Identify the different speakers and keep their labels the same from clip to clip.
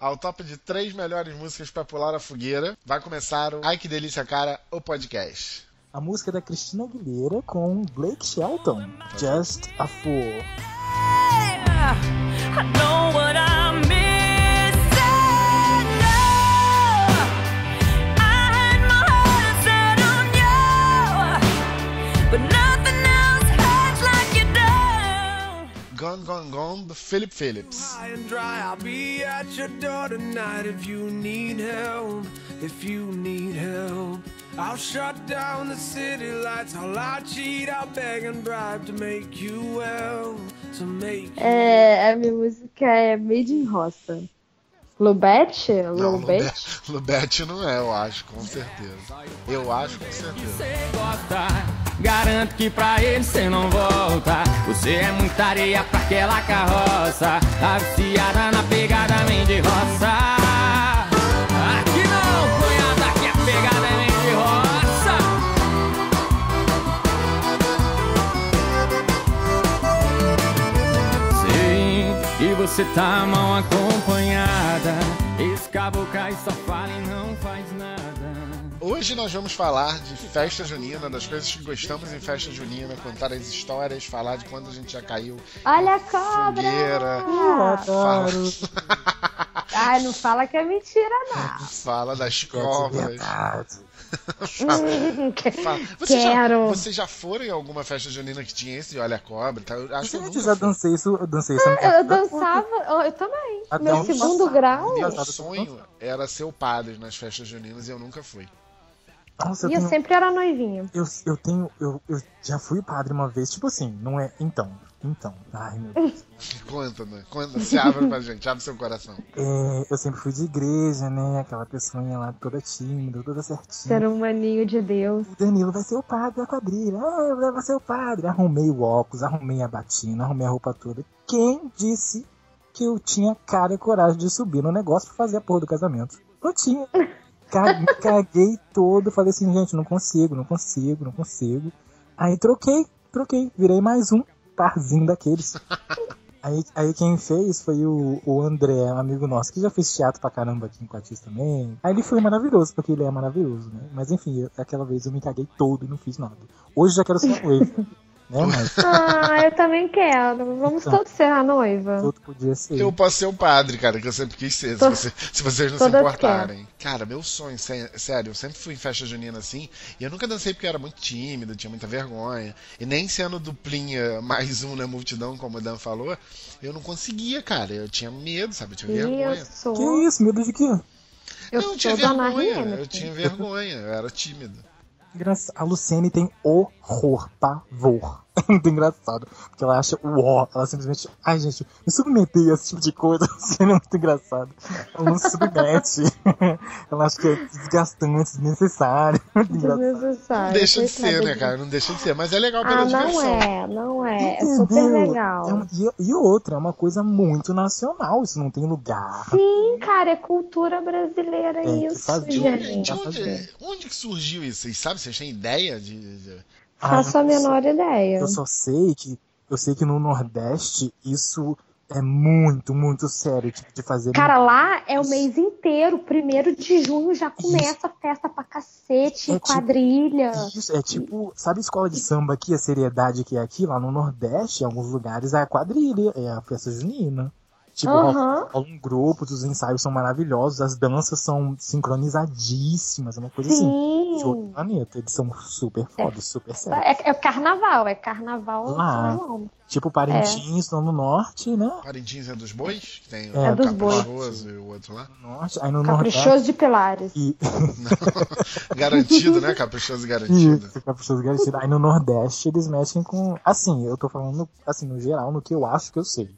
Speaker 1: ao top de três melhores músicas para pular a fogueira. Vai começar o Ai Que Delícia Cara, o podcast.
Speaker 2: A música é da Cristina Aguilera com Blake Shelton, Just a Fool.
Speaker 3: I know what I'm missing. No, I had my heart set on you, but nothing else hurts like you do.
Speaker 1: Gone, Gone, Gone, do Philip Phillips.
Speaker 4: high and dry. I'll be at your door tonight if you need help. If you need help, I'll shut down the city lights. I'll lie, cheat, I'll beg and bribe to make you well. To make you
Speaker 5: É, a minha música é Made in Roça. Lubete?
Speaker 1: Não,
Speaker 5: Lubete?
Speaker 1: Lubete? Lubete não é, eu acho, com certeza. Eu acho, com certeza.
Speaker 6: Você gosta, garanto que pra ele cê não volta. Você é muita areia pra aquela carroça. Tá viciada na pegada vem de roça. Aqui não, cunhada, aqui a pegada vem de roça. Sei que você tá mal acompanhada. Escabou, cai, só fala e não faz nada.
Speaker 1: Hoje nós vamos falar de festa junina, das coisas que gostamos em festa junina, contar as histórias, falar de quando a gente já caiu
Speaker 5: Olha a
Speaker 1: Fogueira.
Speaker 5: Ah. cobra!
Speaker 1: Fala,
Speaker 5: Ai, não fala que é mentira, não.
Speaker 1: fala das cobras. Você já,
Speaker 5: Quero.
Speaker 1: vocês já foram em alguma festa junina que tinha esse de olha a cobra? e tal? Eu acho que eu
Speaker 2: Gente,
Speaker 1: nunca
Speaker 2: já
Speaker 1: fui.
Speaker 2: dancei isso, eu dancei isso.
Speaker 5: Eu eu dançava, eu- eu também.
Speaker 2: Até
Speaker 5: Meu
Speaker 2: um
Speaker 5: segundo
Speaker 2: passado.
Speaker 5: grau.
Speaker 1: Meu
Speaker 2: Engraçado,
Speaker 1: Um
Speaker 5: tá.
Speaker 1: sonho era ser o padre nas festas juninas e eu nunca fui.
Speaker 2: Nossa, eu
Speaker 5: E eu
Speaker 2: tenho-
Speaker 5: sempre era noivinha.
Speaker 2: Eu, eu tenho. Eu, eu já fui padre uma vez, tipo assim, não é. Então, então. Ai, meu Deus.
Speaker 1: Conta, né? Conta, se abre pra gente, abre seu coração.
Speaker 2: É, eu sempre fui de igreja, né? Aquela pessoinha lá toda tímida, toda certinha.
Speaker 5: Ser um maninho de Deus.
Speaker 2: O Danilo vai ser o padre da quadrilha. Ah, vai ser o padre. Arrumei o óculos, arrumei a batina, arrumei a roupa toda. Quem disse que eu tinha cara e coragem de subir no negócio pra fazer a porra do casamento? Não tinha. Ca- me Caguei todo, falei assim, gente, não consigo, não consigo, não consigo. Aí troquei, troquei, virei mais um parzinho daqueles. Aí, aí quem fez foi o, o André, um amigo nosso, que já fez teatro pra caramba aqui em Coatis também. Aí ele foi maravilhoso, porque ele é maravilhoso, né? Mas enfim, eu- aquela vez eu me caguei todo e não fiz nada. Hoje já quero ser uma noiva, né? Mas
Speaker 5: Ah, eu também quero. Vamos
Speaker 2: Então.
Speaker 5: todos ser a noiva.
Speaker 2: outro podia ser.
Speaker 1: Eu posso ser o padre, cara, que eu sempre quis ser, se,
Speaker 5: Tô-
Speaker 1: você- se vocês não se
Speaker 5: todas
Speaker 1: importarem. Cara, meu sonho, sé- sério, eu sempre fui em festa junina assim, e eu nunca dancei porque eu era muito tímido, tinha muita vergonha. E nem sendo duplinha mais um na multidão, como o Dan falou, eu não conseguia, cara. Eu tinha medo, sabe? Eu tinha
Speaker 5: E eu
Speaker 1: vergonha.
Speaker 2: Que
Speaker 5: sou.
Speaker 2: isso, medo de quê?
Speaker 5: Eu
Speaker 1: não, eu tinha
Speaker 5: sou da
Speaker 1: vergonha,
Speaker 5: Narnia,
Speaker 1: eu tinha vergonha, eu era tímido.
Speaker 2: Engraçado. A Luciene tem horror, pavor. É muito engraçado. Porque ela acha o ó, ela simplesmente. Ai, gente, me submeter a esse tipo de coisa. A Luciene é muito engraçado. Ela não se submete. ela acha que é desgastante, desnecessário. Muito engraçado.
Speaker 5: Desnecessário.
Speaker 1: Não deixa de
Speaker 5: Coitada
Speaker 1: ser, né, cara? Não deixa de ser. Mas é legal pela
Speaker 5: Ah, não
Speaker 1: diversão.
Speaker 5: é, não é. É
Speaker 2: Entendeu?
Speaker 5: super legal.
Speaker 2: É um- e, e outra, é uma coisa muito nacional. Isso não tem lugar.
Speaker 5: Sim, cara, é cultura brasileira
Speaker 2: Tem que
Speaker 5: isso,
Speaker 2: fazer.
Speaker 1: De onde,
Speaker 5: gente.
Speaker 1: de
Speaker 2: Tá
Speaker 1: onde,
Speaker 2: fazendo.
Speaker 1: onde que surgiu isso? Vocês sabem? Vocês têm ideia de- de...
Speaker 2: Ah,
Speaker 5: Faço a
Speaker 2: eu não sei.
Speaker 5: menor ideia.
Speaker 2: Eu só sei que. Eu sei que no Nordeste isso é muito, muito sério tipo, de fazer.
Speaker 5: Cara, lá é o mês inteiro. Primeiro de junho já começa a festa pra cacete,
Speaker 2: É tipo-
Speaker 5: quadrilha.
Speaker 2: Isso, é tipo, sabe escola de samba aqui, a seriedade que é aqui, lá no Nordeste, em alguns lugares, é a quadrilha, é a festa junina. Tipo,
Speaker 5: Aham.
Speaker 2: rola um grupo, os ensaios são maravilhosos, as danças são sincronizadíssimas, é uma coisa assim, de outro
Speaker 5: Sim.
Speaker 2: planeta. Eles são super foda, super sérios.
Speaker 5: É, é carnaval, é carnaval no
Speaker 2: Lá.
Speaker 5: São João.
Speaker 2: Tipo, Parintins,
Speaker 5: É.
Speaker 2: lá no Norte, né?
Speaker 1: Parintins é dos bois? Que tem
Speaker 2: É,
Speaker 1: o
Speaker 5: dos
Speaker 1: caprichoso e o outro lá.
Speaker 2: No norte, aí no Nordeste.
Speaker 5: Caprichoso de Pilares.
Speaker 2: E,
Speaker 1: Garantido, né? Caprichoso e garantido.
Speaker 2: Isso, caprichoso garantido. Aí no Nordeste eles mexem com. Assim, eu tô falando, assim, no geral, no que eu acho que eu sei.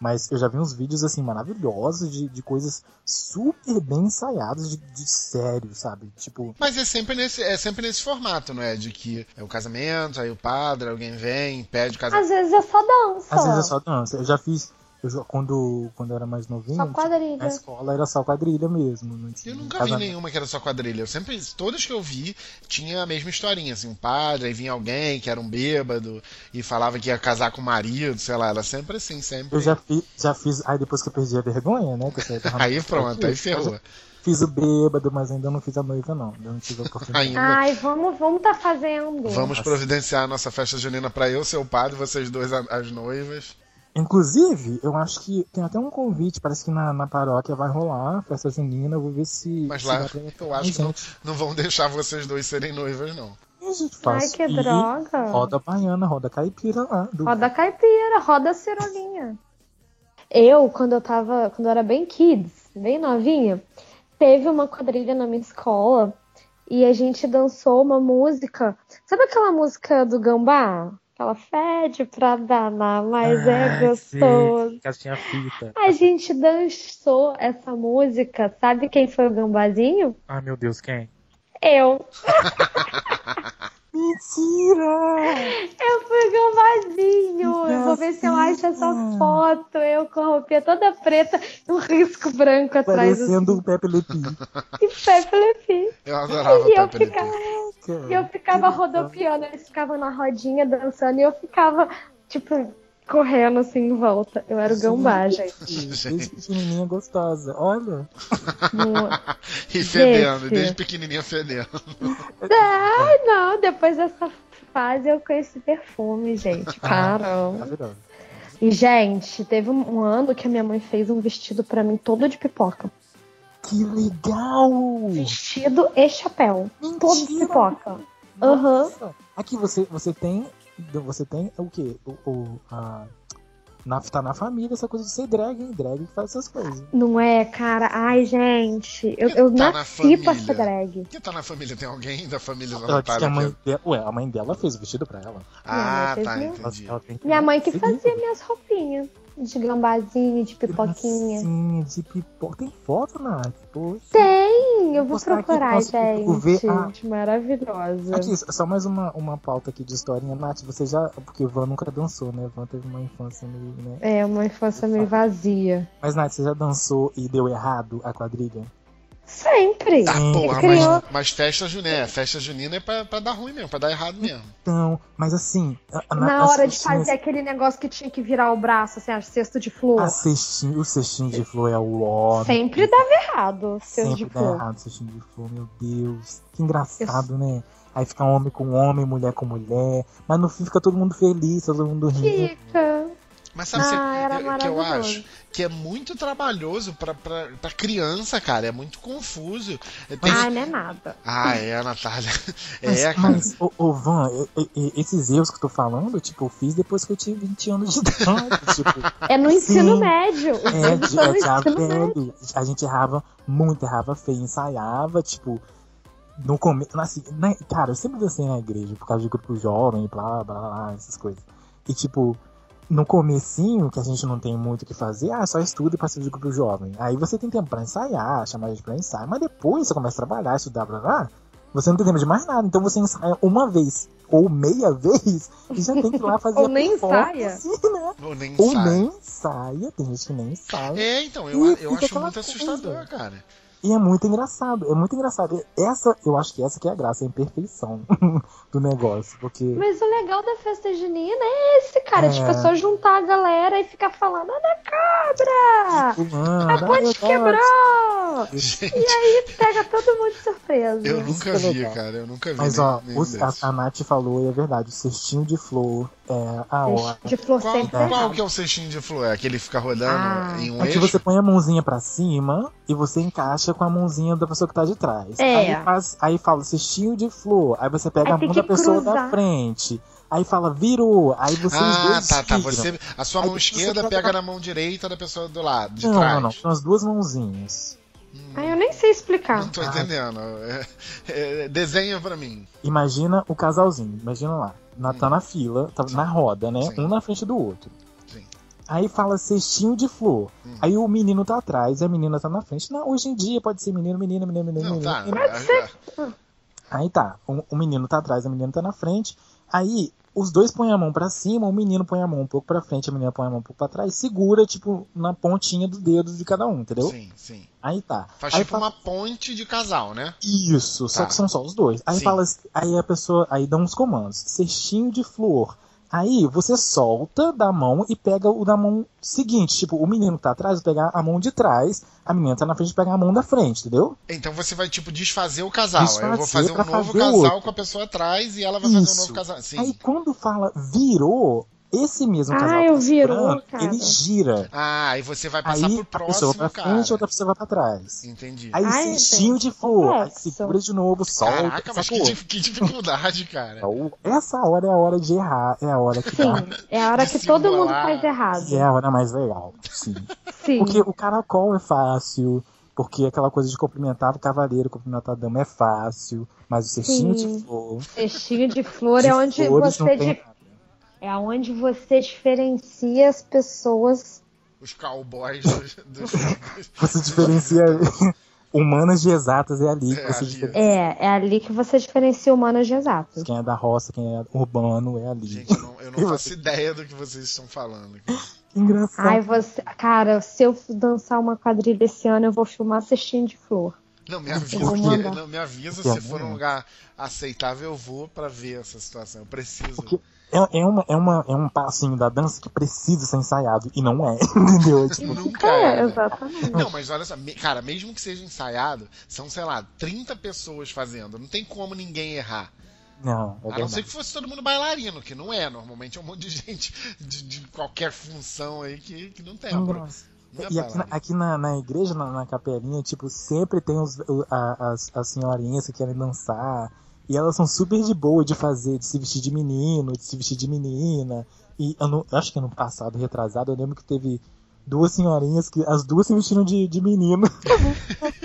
Speaker 2: Mas eu já vi uns vídeos, assim, maravilhosos de, de coisas super bem ensaiadas, de, de sério, sabe? Tipo,
Speaker 1: Mas é sempre, nesse, é sempre nesse formato, não é? De que é o casamento, aí o padre, alguém vem, pede o casamento.
Speaker 5: Às vezes é só dança.
Speaker 2: às vezes é só dança. Eu já fiz. Eu jo- quando, quando eu era mais novinho,
Speaker 5: Só
Speaker 2: tipo,
Speaker 5: quadrilha.
Speaker 2: na escola era só quadrilha mesmo. Não tinha
Speaker 1: Eu nunca vi
Speaker 2: casamento.
Speaker 1: nenhuma que era só quadrilha. Eu sempre, todas que eu vi, tinha a mesma historinha, assim, um padre, aí vinha alguém que era um bêbado e falava que ia casar com o marido, sei lá, era sempre assim, sempre.
Speaker 2: Eu já, fi, já fiz. Aí depois que eu perdi a vergonha, né? que eu saí da
Speaker 1: Aí pronto, aí
Speaker 2: Eu
Speaker 1: ferrou.
Speaker 2: já Fiz o bêbado, mas ainda não fiz a noiva, não. Ainda não tive a oportunidade.
Speaker 1: Ainda.
Speaker 5: Ai, vamos, vamos tá fazendo.
Speaker 1: Vamos providenciar a nossa festa junina pra eu, seu padre, vocês dois, a- as noivas.
Speaker 2: Inclusive, eu acho que tem até um convite, parece que na, na paróquia vai rolar festa junina, eu vou ver se.
Speaker 1: Mas
Speaker 2: se
Speaker 1: lá,
Speaker 2: dá pra-
Speaker 1: eu acho que não,
Speaker 2: gente,
Speaker 1: não vão deixar vocês dois serem noivas, não.
Speaker 2: a gente
Speaker 5: Ai,
Speaker 2: faz.
Speaker 5: que
Speaker 2: E
Speaker 5: droga.
Speaker 2: Roda baiana, roda caipira lá. do-
Speaker 5: Roda caipira, roda cirolinha. Eu, quando eu tava, quando eu era bem kids, bem novinha, teve uma quadrilha na minha escola e a gente dançou uma música. Sabe aquela música do Gambá? Aquela fede pra danar, mas é
Speaker 2: Ai, sei,
Speaker 5: gostoso.
Speaker 2: que tinha fita.
Speaker 5: A gente dançou essa música. Sabe quem foi o Gambazinho?
Speaker 2: Ai, Ah, meu Deus, quem?
Speaker 5: Eu.
Speaker 2: Mentira!
Speaker 5: Eu fui gambazinho. Eu vou ver se eu acho essa foto. Eu com a roupinha toda preta e um risco branco atrás.
Speaker 2: Parecendo o Pepe Le Pew.
Speaker 5: E Pepe Le Pew.
Speaker 1: Eu adorava
Speaker 5: E eu
Speaker 1: Pepe Le Pew.
Speaker 5: ficava,
Speaker 2: Cara,
Speaker 5: e eu ficava rodopiando. Eles ficavam na rodinha dançando e eu ficava, tipo, correndo assim em volta. Eu era o gambá, gente.
Speaker 2: Desde pequenininha gostosa. Olha.
Speaker 5: No-
Speaker 1: E fedendo,
Speaker 5: Gente.
Speaker 1: desde pequenininha fedendo.
Speaker 5: Ai, não. Depois dessa fase eu conheci perfume, gente. Caramba.
Speaker 2: Maravilhosa.
Speaker 5: E, gente, teve um um ano que a minha mãe fez um vestido pra mim todo de pipoca.
Speaker 2: Que legal!
Speaker 5: Vestido e chapéu. Todo de
Speaker 2: Hum. Mentira!
Speaker 5: pipoca. Aham.
Speaker 2: Nossa. Aqui você, você tem. Você tem o quê? O, o- a, na, tá na família essa coisa de ser drag, hein? Drag que faz essas coisas.
Speaker 5: Não é, cara? Ai, gente. Eu, eu
Speaker 1: Tá na
Speaker 5: nasci pra
Speaker 1: família.
Speaker 5: ser drag.
Speaker 1: Porque tá na família, tem alguém da família da
Speaker 2: Ela disse que
Speaker 1: Natália
Speaker 2: a mãe
Speaker 1: que-
Speaker 2: dela. Ué, a mãe dela fez o vestido pra ela.
Speaker 1: Ah, tá,
Speaker 5: Minha mãe fez
Speaker 2: Ela-
Speaker 1: entendi.
Speaker 2: ela tem que-
Speaker 5: Minha mãe que
Speaker 2: Seguir.
Speaker 5: fazia minhas roupinhas. De gambazinho, de pipoquinha.
Speaker 2: Gracinha de pipoca. Tem foto, Nath? Poxa.
Speaker 5: Tem! Eu
Speaker 2: Vou
Speaker 5: vou
Speaker 2: mostrar aqui,
Speaker 5: procurar,
Speaker 2: posso- eu ver a-
Speaker 5: gente. Maravilhosa.
Speaker 2: Aqui, só mais uma, uma pauta aqui de historinha. Nath, você já. Porque Van nunca dançou, né? Van teve uma infância meio. Né?
Speaker 5: É, uma infância meio vazia.
Speaker 2: Mas, Nath, você já dançou e deu errado a quadrilha?
Speaker 5: Sempre!
Speaker 2: Tá,
Speaker 1: Ah, porra,
Speaker 5: Criou.
Speaker 1: mas, mas festa junina, festa junina é pra, pra dar ruim mesmo, pra dar errado mesmo.
Speaker 2: Então, mas assim. a- a-
Speaker 5: Na
Speaker 2: as
Speaker 5: hora de
Speaker 2: festinhas-
Speaker 5: fazer aquele negócio que tinha que virar o braço, assim, ah, cesto de flor.
Speaker 2: A cestinha, o cestinho de flor é o ó.
Speaker 5: Sempre dava errado, cesto
Speaker 2: Sempre
Speaker 5: de
Speaker 2: dá
Speaker 5: flor.
Speaker 2: errado o cestinho de flor, meu Deus. Que engraçado, né? Aí fica homem com homem, mulher com mulher. Mas no fim fica todo mundo feliz, todo mundo rindo.
Speaker 5: Fica.
Speaker 1: Mas sabe
Speaker 5: Ah,
Speaker 1: você-
Speaker 5: era
Speaker 1: eu- o que eu
Speaker 5: maravilhoso.
Speaker 1: acho? Que é muito trabalhoso pra, pra, pra criança, cara. É muito confuso. É, tem-
Speaker 5: Ai, não é nada.
Speaker 1: Ah, é, Natália.
Speaker 2: Mas,
Speaker 1: É, cara.
Speaker 2: mas ô, ô, Van, eu- eu- eu- esses erros que eu tô falando, tipo, eu fiz depois que eu tive 20 anos de idade. tipo,
Speaker 5: É no ensino
Speaker 2: Sim.
Speaker 5: médio. Os
Speaker 2: É,
Speaker 5: anos
Speaker 2: de,
Speaker 5: são
Speaker 2: é
Speaker 5: no
Speaker 2: de
Speaker 5: ensino médio.
Speaker 2: velho. A gente errava muito, errava feio, ensaiava, tipo. No começo. Assim, né, cara, eu sempre dancei na igreja por causa de grupo jovem, blá, blá, blá, essas coisas. E tipo, no comecinho, que a gente não tem muito o que fazer, ah, só estuda e participa de grupo jovem. Aí você tem tempo pra ensaiar, chamar a gente pra ensaiar, mas depois você começa a trabalhar, estudar, blá, blá, você não tem tempo de mais nada. Então você ensaia uma vez ou meia vez e já tem que ir lá fazer
Speaker 5: Ou
Speaker 2: a
Speaker 5: nem
Speaker 2: performance, né?
Speaker 1: Ou nem
Speaker 2: Ou
Speaker 1: sabe.
Speaker 2: nem saia, tem gente que nem sai.
Speaker 1: É, então, eu,
Speaker 2: Ih,
Speaker 1: eu
Speaker 2: fica
Speaker 1: acho
Speaker 2: aquela
Speaker 1: muito
Speaker 2: coisa.
Speaker 1: assustador, cara.
Speaker 2: E é muito engraçado, é muito engraçado. Essa, eu acho que essa que é a graça, a imperfeição do negócio. Porque
Speaker 5: Mas o legal da festa junina é esse, cara.
Speaker 2: É.
Speaker 5: Tipo, é só juntar a galera e ficar falando, olha a
Speaker 2: fulano,
Speaker 5: cabra! A
Speaker 2: ah, eu
Speaker 5: ponte
Speaker 2: gosto.
Speaker 5: quebrou!
Speaker 1: Gente,
Speaker 5: E aí pega todo mundo de surpresa.
Speaker 1: eu
Speaker 2: isso
Speaker 1: nunca
Speaker 2: é
Speaker 1: vi,
Speaker 2: legal.
Speaker 1: cara. Eu nunca vi.
Speaker 2: Mas
Speaker 1: nem-
Speaker 2: ó,
Speaker 1: nem
Speaker 2: os-
Speaker 1: desse.
Speaker 2: a, a Nath falou, e é verdade, o cestinho de flor é a hora.
Speaker 5: De flor
Speaker 1: Qual,
Speaker 5: sempre
Speaker 1: qual
Speaker 5: errado.
Speaker 1: que é o cestinho de flor? É aquele que fica rodando
Speaker 5: Ah.
Speaker 1: em um
Speaker 2: Aqui
Speaker 1: eixo?
Speaker 2: você põe a mãozinha pra cima e você encaixa com a mãozinha da pessoa que tá de trás.
Speaker 5: É.
Speaker 2: Aí, faz- aí fala cestinho de flor, aí você pega
Speaker 5: Aí
Speaker 2: a
Speaker 5: tem
Speaker 2: mão
Speaker 5: que
Speaker 2: da pessoa da
Speaker 5: cruzar.
Speaker 2: frente. Aí fala, virou. Aí vocês
Speaker 1: Ah,
Speaker 2: dois
Speaker 1: tá, tá.
Speaker 2: giram.
Speaker 1: Você, a sua
Speaker 2: Aí
Speaker 1: mão
Speaker 2: você
Speaker 1: esquerda
Speaker 2: pega-
Speaker 1: pega na mão direita da pessoa do lado, de
Speaker 2: não,
Speaker 1: trás.
Speaker 2: não, não. São as duas mãozinhas.
Speaker 5: Ai, eu nem sei explicar.
Speaker 1: Não tô
Speaker 2: Ah.
Speaker 1: entendendo. É, é, desenha pra mim.
Speaker 2: Imagina o casalzinho, imagina lá. Na, Tá na fila, tá na roda, né?
Speaker 1: Sim.
Speaker 2: Um na frente do outro.
Speaker 1: Sim. Hum.
Speaker 2: Aí fala cestinho de flor. Aí o menino tá atrás e a menina tá na frente. Não, hoje em dia pode ser menino, menina, menina, menina,
Speaker 1: Não,
Speaker 2: menina.
Speaker 1: tá.
Speaker 2: menina.
Speaker 1: Ah,
Speaker 2: Aí tá, o, o menino tá atrás, a menina tá na frente. Aí os dois põem a mão pra cima, o menino põe a mão um pouco pra frente, a menina põe a mão um pouco pra trás, segura, tipo, na pontinha do dedo de cada um, entendeu?
Speaker 1: Sim, sim.
Speaker 2: Aí tá.
Speaker 1: Faz
Speaker 2: Aí
Speaker 1: tipo
Speaker 2: fala-
Speaker 1: uma ponte de casal, né?
Speaker 2: Isso, só
Speaker 1: Tá.
Speaker 2: que são só os dois. Aí
Speaker 1: Sim.
Speaker 2: fala, assim, aí a pessoa, aí dá uns comandos, cestinho de flor. Aí você solta da mão e pega o da mão seguinte, tipo, o menino tá atrás, vai pegar a mão de trás, a menina tá na frente, pega a mão da frente, entendeu?
Speaker 1: Então você vai, tipo, desfazer o casal. eu vou
Speaker 2: Desfazer
Speaker 1: fazer um
Speaker 2: pra
Speaker 1: novo
Speaker 2: fazer
Speaker 1: casal
Speaker 2: outro.
Speaker 1: com a pessoa atrás e ela vai fazer um
Speaker 2: Isso.
Speaker 1: novo casal. Sim.
Speaker 2: Aí quando fala virou, esse mesmo
Speaker 5: Ah,
Speaker 2: casal
Speaker 5: eu
Speaker 2: tá
Speaker 5: virou,
Speaker 2: segurando,
Speaker 5: cara.
Speaker 2: ele gira.
Speaker 1: Ah, aí você vai passar
Speaker 2: Aí
Speaker 1: pro
Speaker 2: a
Speaker 1: próximo,
Speaker 2: pessoa vai pra
Speaker 1: cara.
Speaker 2: frente, outra pessoa vai pra trás.
Speaker 1: Entendi.
Speaker 2: Aí
Speaker 5: Ai,
Speaker 2: cestinho de flor, aí
Speaker 5: complexo.
Speaker 2: segura de novo, solta.
Speaker 1: Caraca, mas que,
Speaker 2: sacou?
Speaker 1: dif- que dificuldade, cara.
Speaker 2: Então, Essa hora é a hora de errar, é a hora que dá
Speaker 5: Sim, é a hora que todo mundo faz errado.
Speaker 2: E é a hora mais legal, sim.
Speaker 5: Sim.
Speaker 2: Porque É. o caracol é fácil, porque aquela coisa de cumprimentar o cavaleiro, cumprimentar a dama é fácil, mas o cestinho
Speaker 5: Sim.
Speaker 2: de flor.
Speaker 5: Cestinho de flor
Speaker 2: de
Speaker 5: é onde
Speaker 2: flores, não
Speaker 5: você
Speaker 2: tem
Speaker 5: di-
Speaker 2: nada.
Speaker 5: é onde você diferencia as pessoas.
Speaker 1: Os cowboys dos. dos- dos-
Speaker 2: Você diferencia humanas de exatas, é ali que
Speaker 1: É,
Speaker 2: você
Speaker 1: ali,
Speaker 2: diferencia.
Speaker 5: É, é ali que você diferencia humanos de exatos.
Speaker 2: Quem é da roça, quem é urbano, é ali.
Speaker 1: Gente, eu não, eu não
Speaker 2: E
Speaker 1: faço
Speaker 2: você?
Speaker 1: ideia do que vocês estão falando. cara.
Speaker 2: Que engraçado.
Speaker 5: Ai, você, cara, se eu dançar uma quadrilha esse ano, eu vou filmar cestinho de flor.
Speaker 1: Não, me avisa,
Speaker 5: vou
Speaker 1: porque-
Speaker 5: mandar.
Speaker 1: não, me avisa
Speaker 2: Porque
Speaker 1: se for num
Speaker 2: é-
Speaker 1: lugar aceitável, eu vou pra ver essa situação. Eu preciso.
Speaker 2: Porque- É, é uma, é, uma, é um passinho da dança que precisa ser ensaiado, e não é, entendeu? É tipo,
Speaker 1: Nunca
Speaker 5: é,
Speaker 1: era.
Speaker 5: exatamente.
Speaker 1: Não, mas olha só, me- cara, mesmo que seja ensaiado, são, sei lá, 30 pessoas fazendo. Não tem como ninguém errar.
Speaker 2: não, é
Speaker 1: a não ser
Speaker 2: verdade.
Speaker 1: que fosse todo mundo bailarino, que não é. Normalmente é um monte de gente de, de qualquer função aí que, que não tem. Não
Speaker 2: Nossa.
Speaker 1: é
Speaker 2: E aqui, na,
Speaker 1: bailarino.
Speaker 2: aqui na, na igreja, na, na capelinha, tipo, sempre tem os, o- a- as, as senhorinhas que querem dançar. E elas são super de boa de fazer, de se vestir de menino, de se vestir de menina. E ano, acho que ano passado, retrasado, eu lembro que teve duas senhorinhas que as duas se vestiram de, de menino.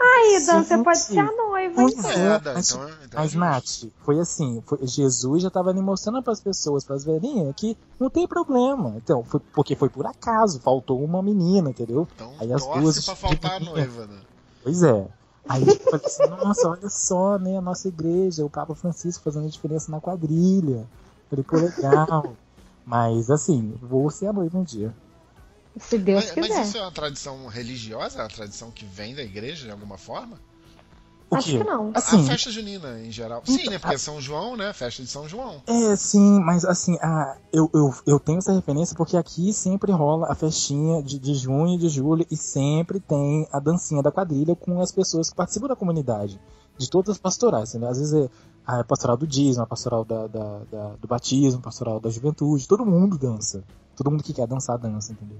Speaker 5: Aí, Dan, você
Speaker 2: Gente.
Speaker 5: pode ser a noiva,
Speaker 2: Pois
Speaker 5: então.
Speaker 2: é.
Speaker 1: É, Dan,
Speaker 2: mas-
Speaker 1: então é- então é
Speaker 2: Mas,
Speaker 1: justo.
Speaker 2: Nath, foi assim: foi- Jesus já tava ali mostrando pras pessoas, pras velhinhas, que não tem problema. Então, foi, porque foi por acaso, faltou uma menina, entendeu?
Speaker 1: Então
Speaker 2: Aí as
Speaker 1: torce
Speaker 2: duas
Speaker 1: pra faltar a noiva, né?
Speaker 2: Pois é. Aí eu falei assim, nossa, olha só, né? A nossa igreja, o Papa Francisco fazendo a diferença na quadrilha. Falei, pô, legal. Mas assim, vou ser a noiva um dia.
Speaker 5: Se Deus
Speaker 1: Mas, mas
Speaker 5: quiser.
Speaker 1: isso é uma tradição religiosa? É uma tradição que vem da igreja de alguma forma?
Speaker 2: O
Speaker 5: Acho
Speaker 2: quê?
Speaker 5: que não.
Speaker 2: Assim,
Speaker 1: A festa junina, em geral. Sim,
Speaker 2: Então,
Speaker 1: né? Porque é São João, né? Festa de São João.
Speaker 2: é sim, mas assim, a, eu, eu, eu tenho essa referência porque aqui sempre rola a festinha de, de junho e de julho e sempre tem a dancinha da quadrilha com as pessoas que participam da comunidade. De todas as pastorais, entendeu? Às vezes é a pastoral do dízimo, a pastoral da, da- da- do batismo, a pastoral da juventude, todo mundo dança. Todo mundo que quer dançar, dança, entendeu?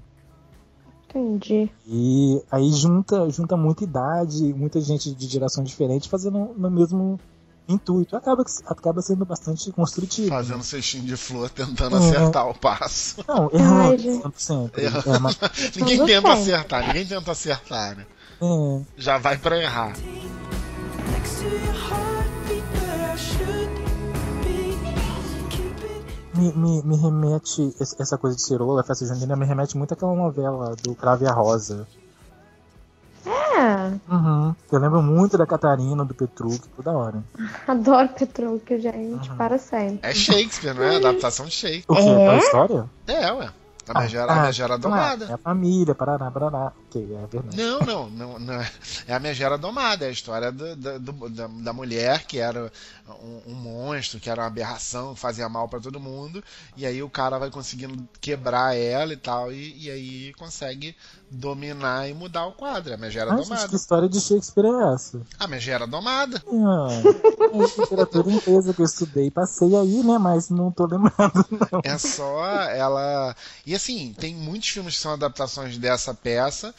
Speaker 5: Entendi.
Speaker 2: E aí junta, junta muita idade, muita gente de geração diferente fazendo no mesmo intuito. Acaba, que- acaba sendo bastante construtivo.
Speaker 1: Fazendo cestinho de flor, tentando
Speaker 2: Uhum.
Speaker 1: acertar o passo.
Speaker 2: Não, errando
Speaker 5: gente.
Speaker 2: sempre.
Speaker 1: Errando.
Speaker 2: É, mas,
Speaker 1: Ninguém
Speaker 5: Tudo
Speaker 1: tenta
Speaker 5: bem.
Speaker 1: acertar, ninguém tenta acertar, né?
Speaker 2: é,
Speaker 1: Já vai pra errar.
Speaker 4: Next to your heartbeat, but I should be. Keep it
Speaker 2: me, me, me remete, es- essa coisa de cirola, festa junina, me remete muito àquela novela do Crave a Rosa.
Speaker 5: É,
Speaker 2: Uhum. Eu lembro muito da Catarina, do Petruc, toda hora.
Speaker 5: adoro Petrucco, gente, para sempre.
Speaker 1: É Shakespeare, não é? Adaptação de Shakespeare.
Speaker 2: O que?
Speaker 5: É?
Speaker 2: Aquela história?
Speaker 1: É, ué. A megera, a megera
Speaker 2: então é,
Speaker 1: domada.
Speaker 2: É a família, parará, parará. Ok, é verdade.
Speaker 1: Não, não, não, não é. É a megera domada, é a história do- do- do- da, da mulher que era um, um monstro, que era uma aberração, que fazia mal pra todo mundo, e aí o cara vai conseguindo quebrar ela e tal, e, e aí consegue dominar e mudar o quadro. É a megera
Speaker 2: Ai, gente, que
Speaker 1: domada.
Speaker 2: história de Shakespeare é essa?
Speaker 1: A megera domada.
Speaker 2: Ah, é literatura inglesa que eu estudei, passei aí, né? Mas não tô lembrando.
Speaker 1: É só ela. E assim, tem muitos filmes que são adaptações dessa peça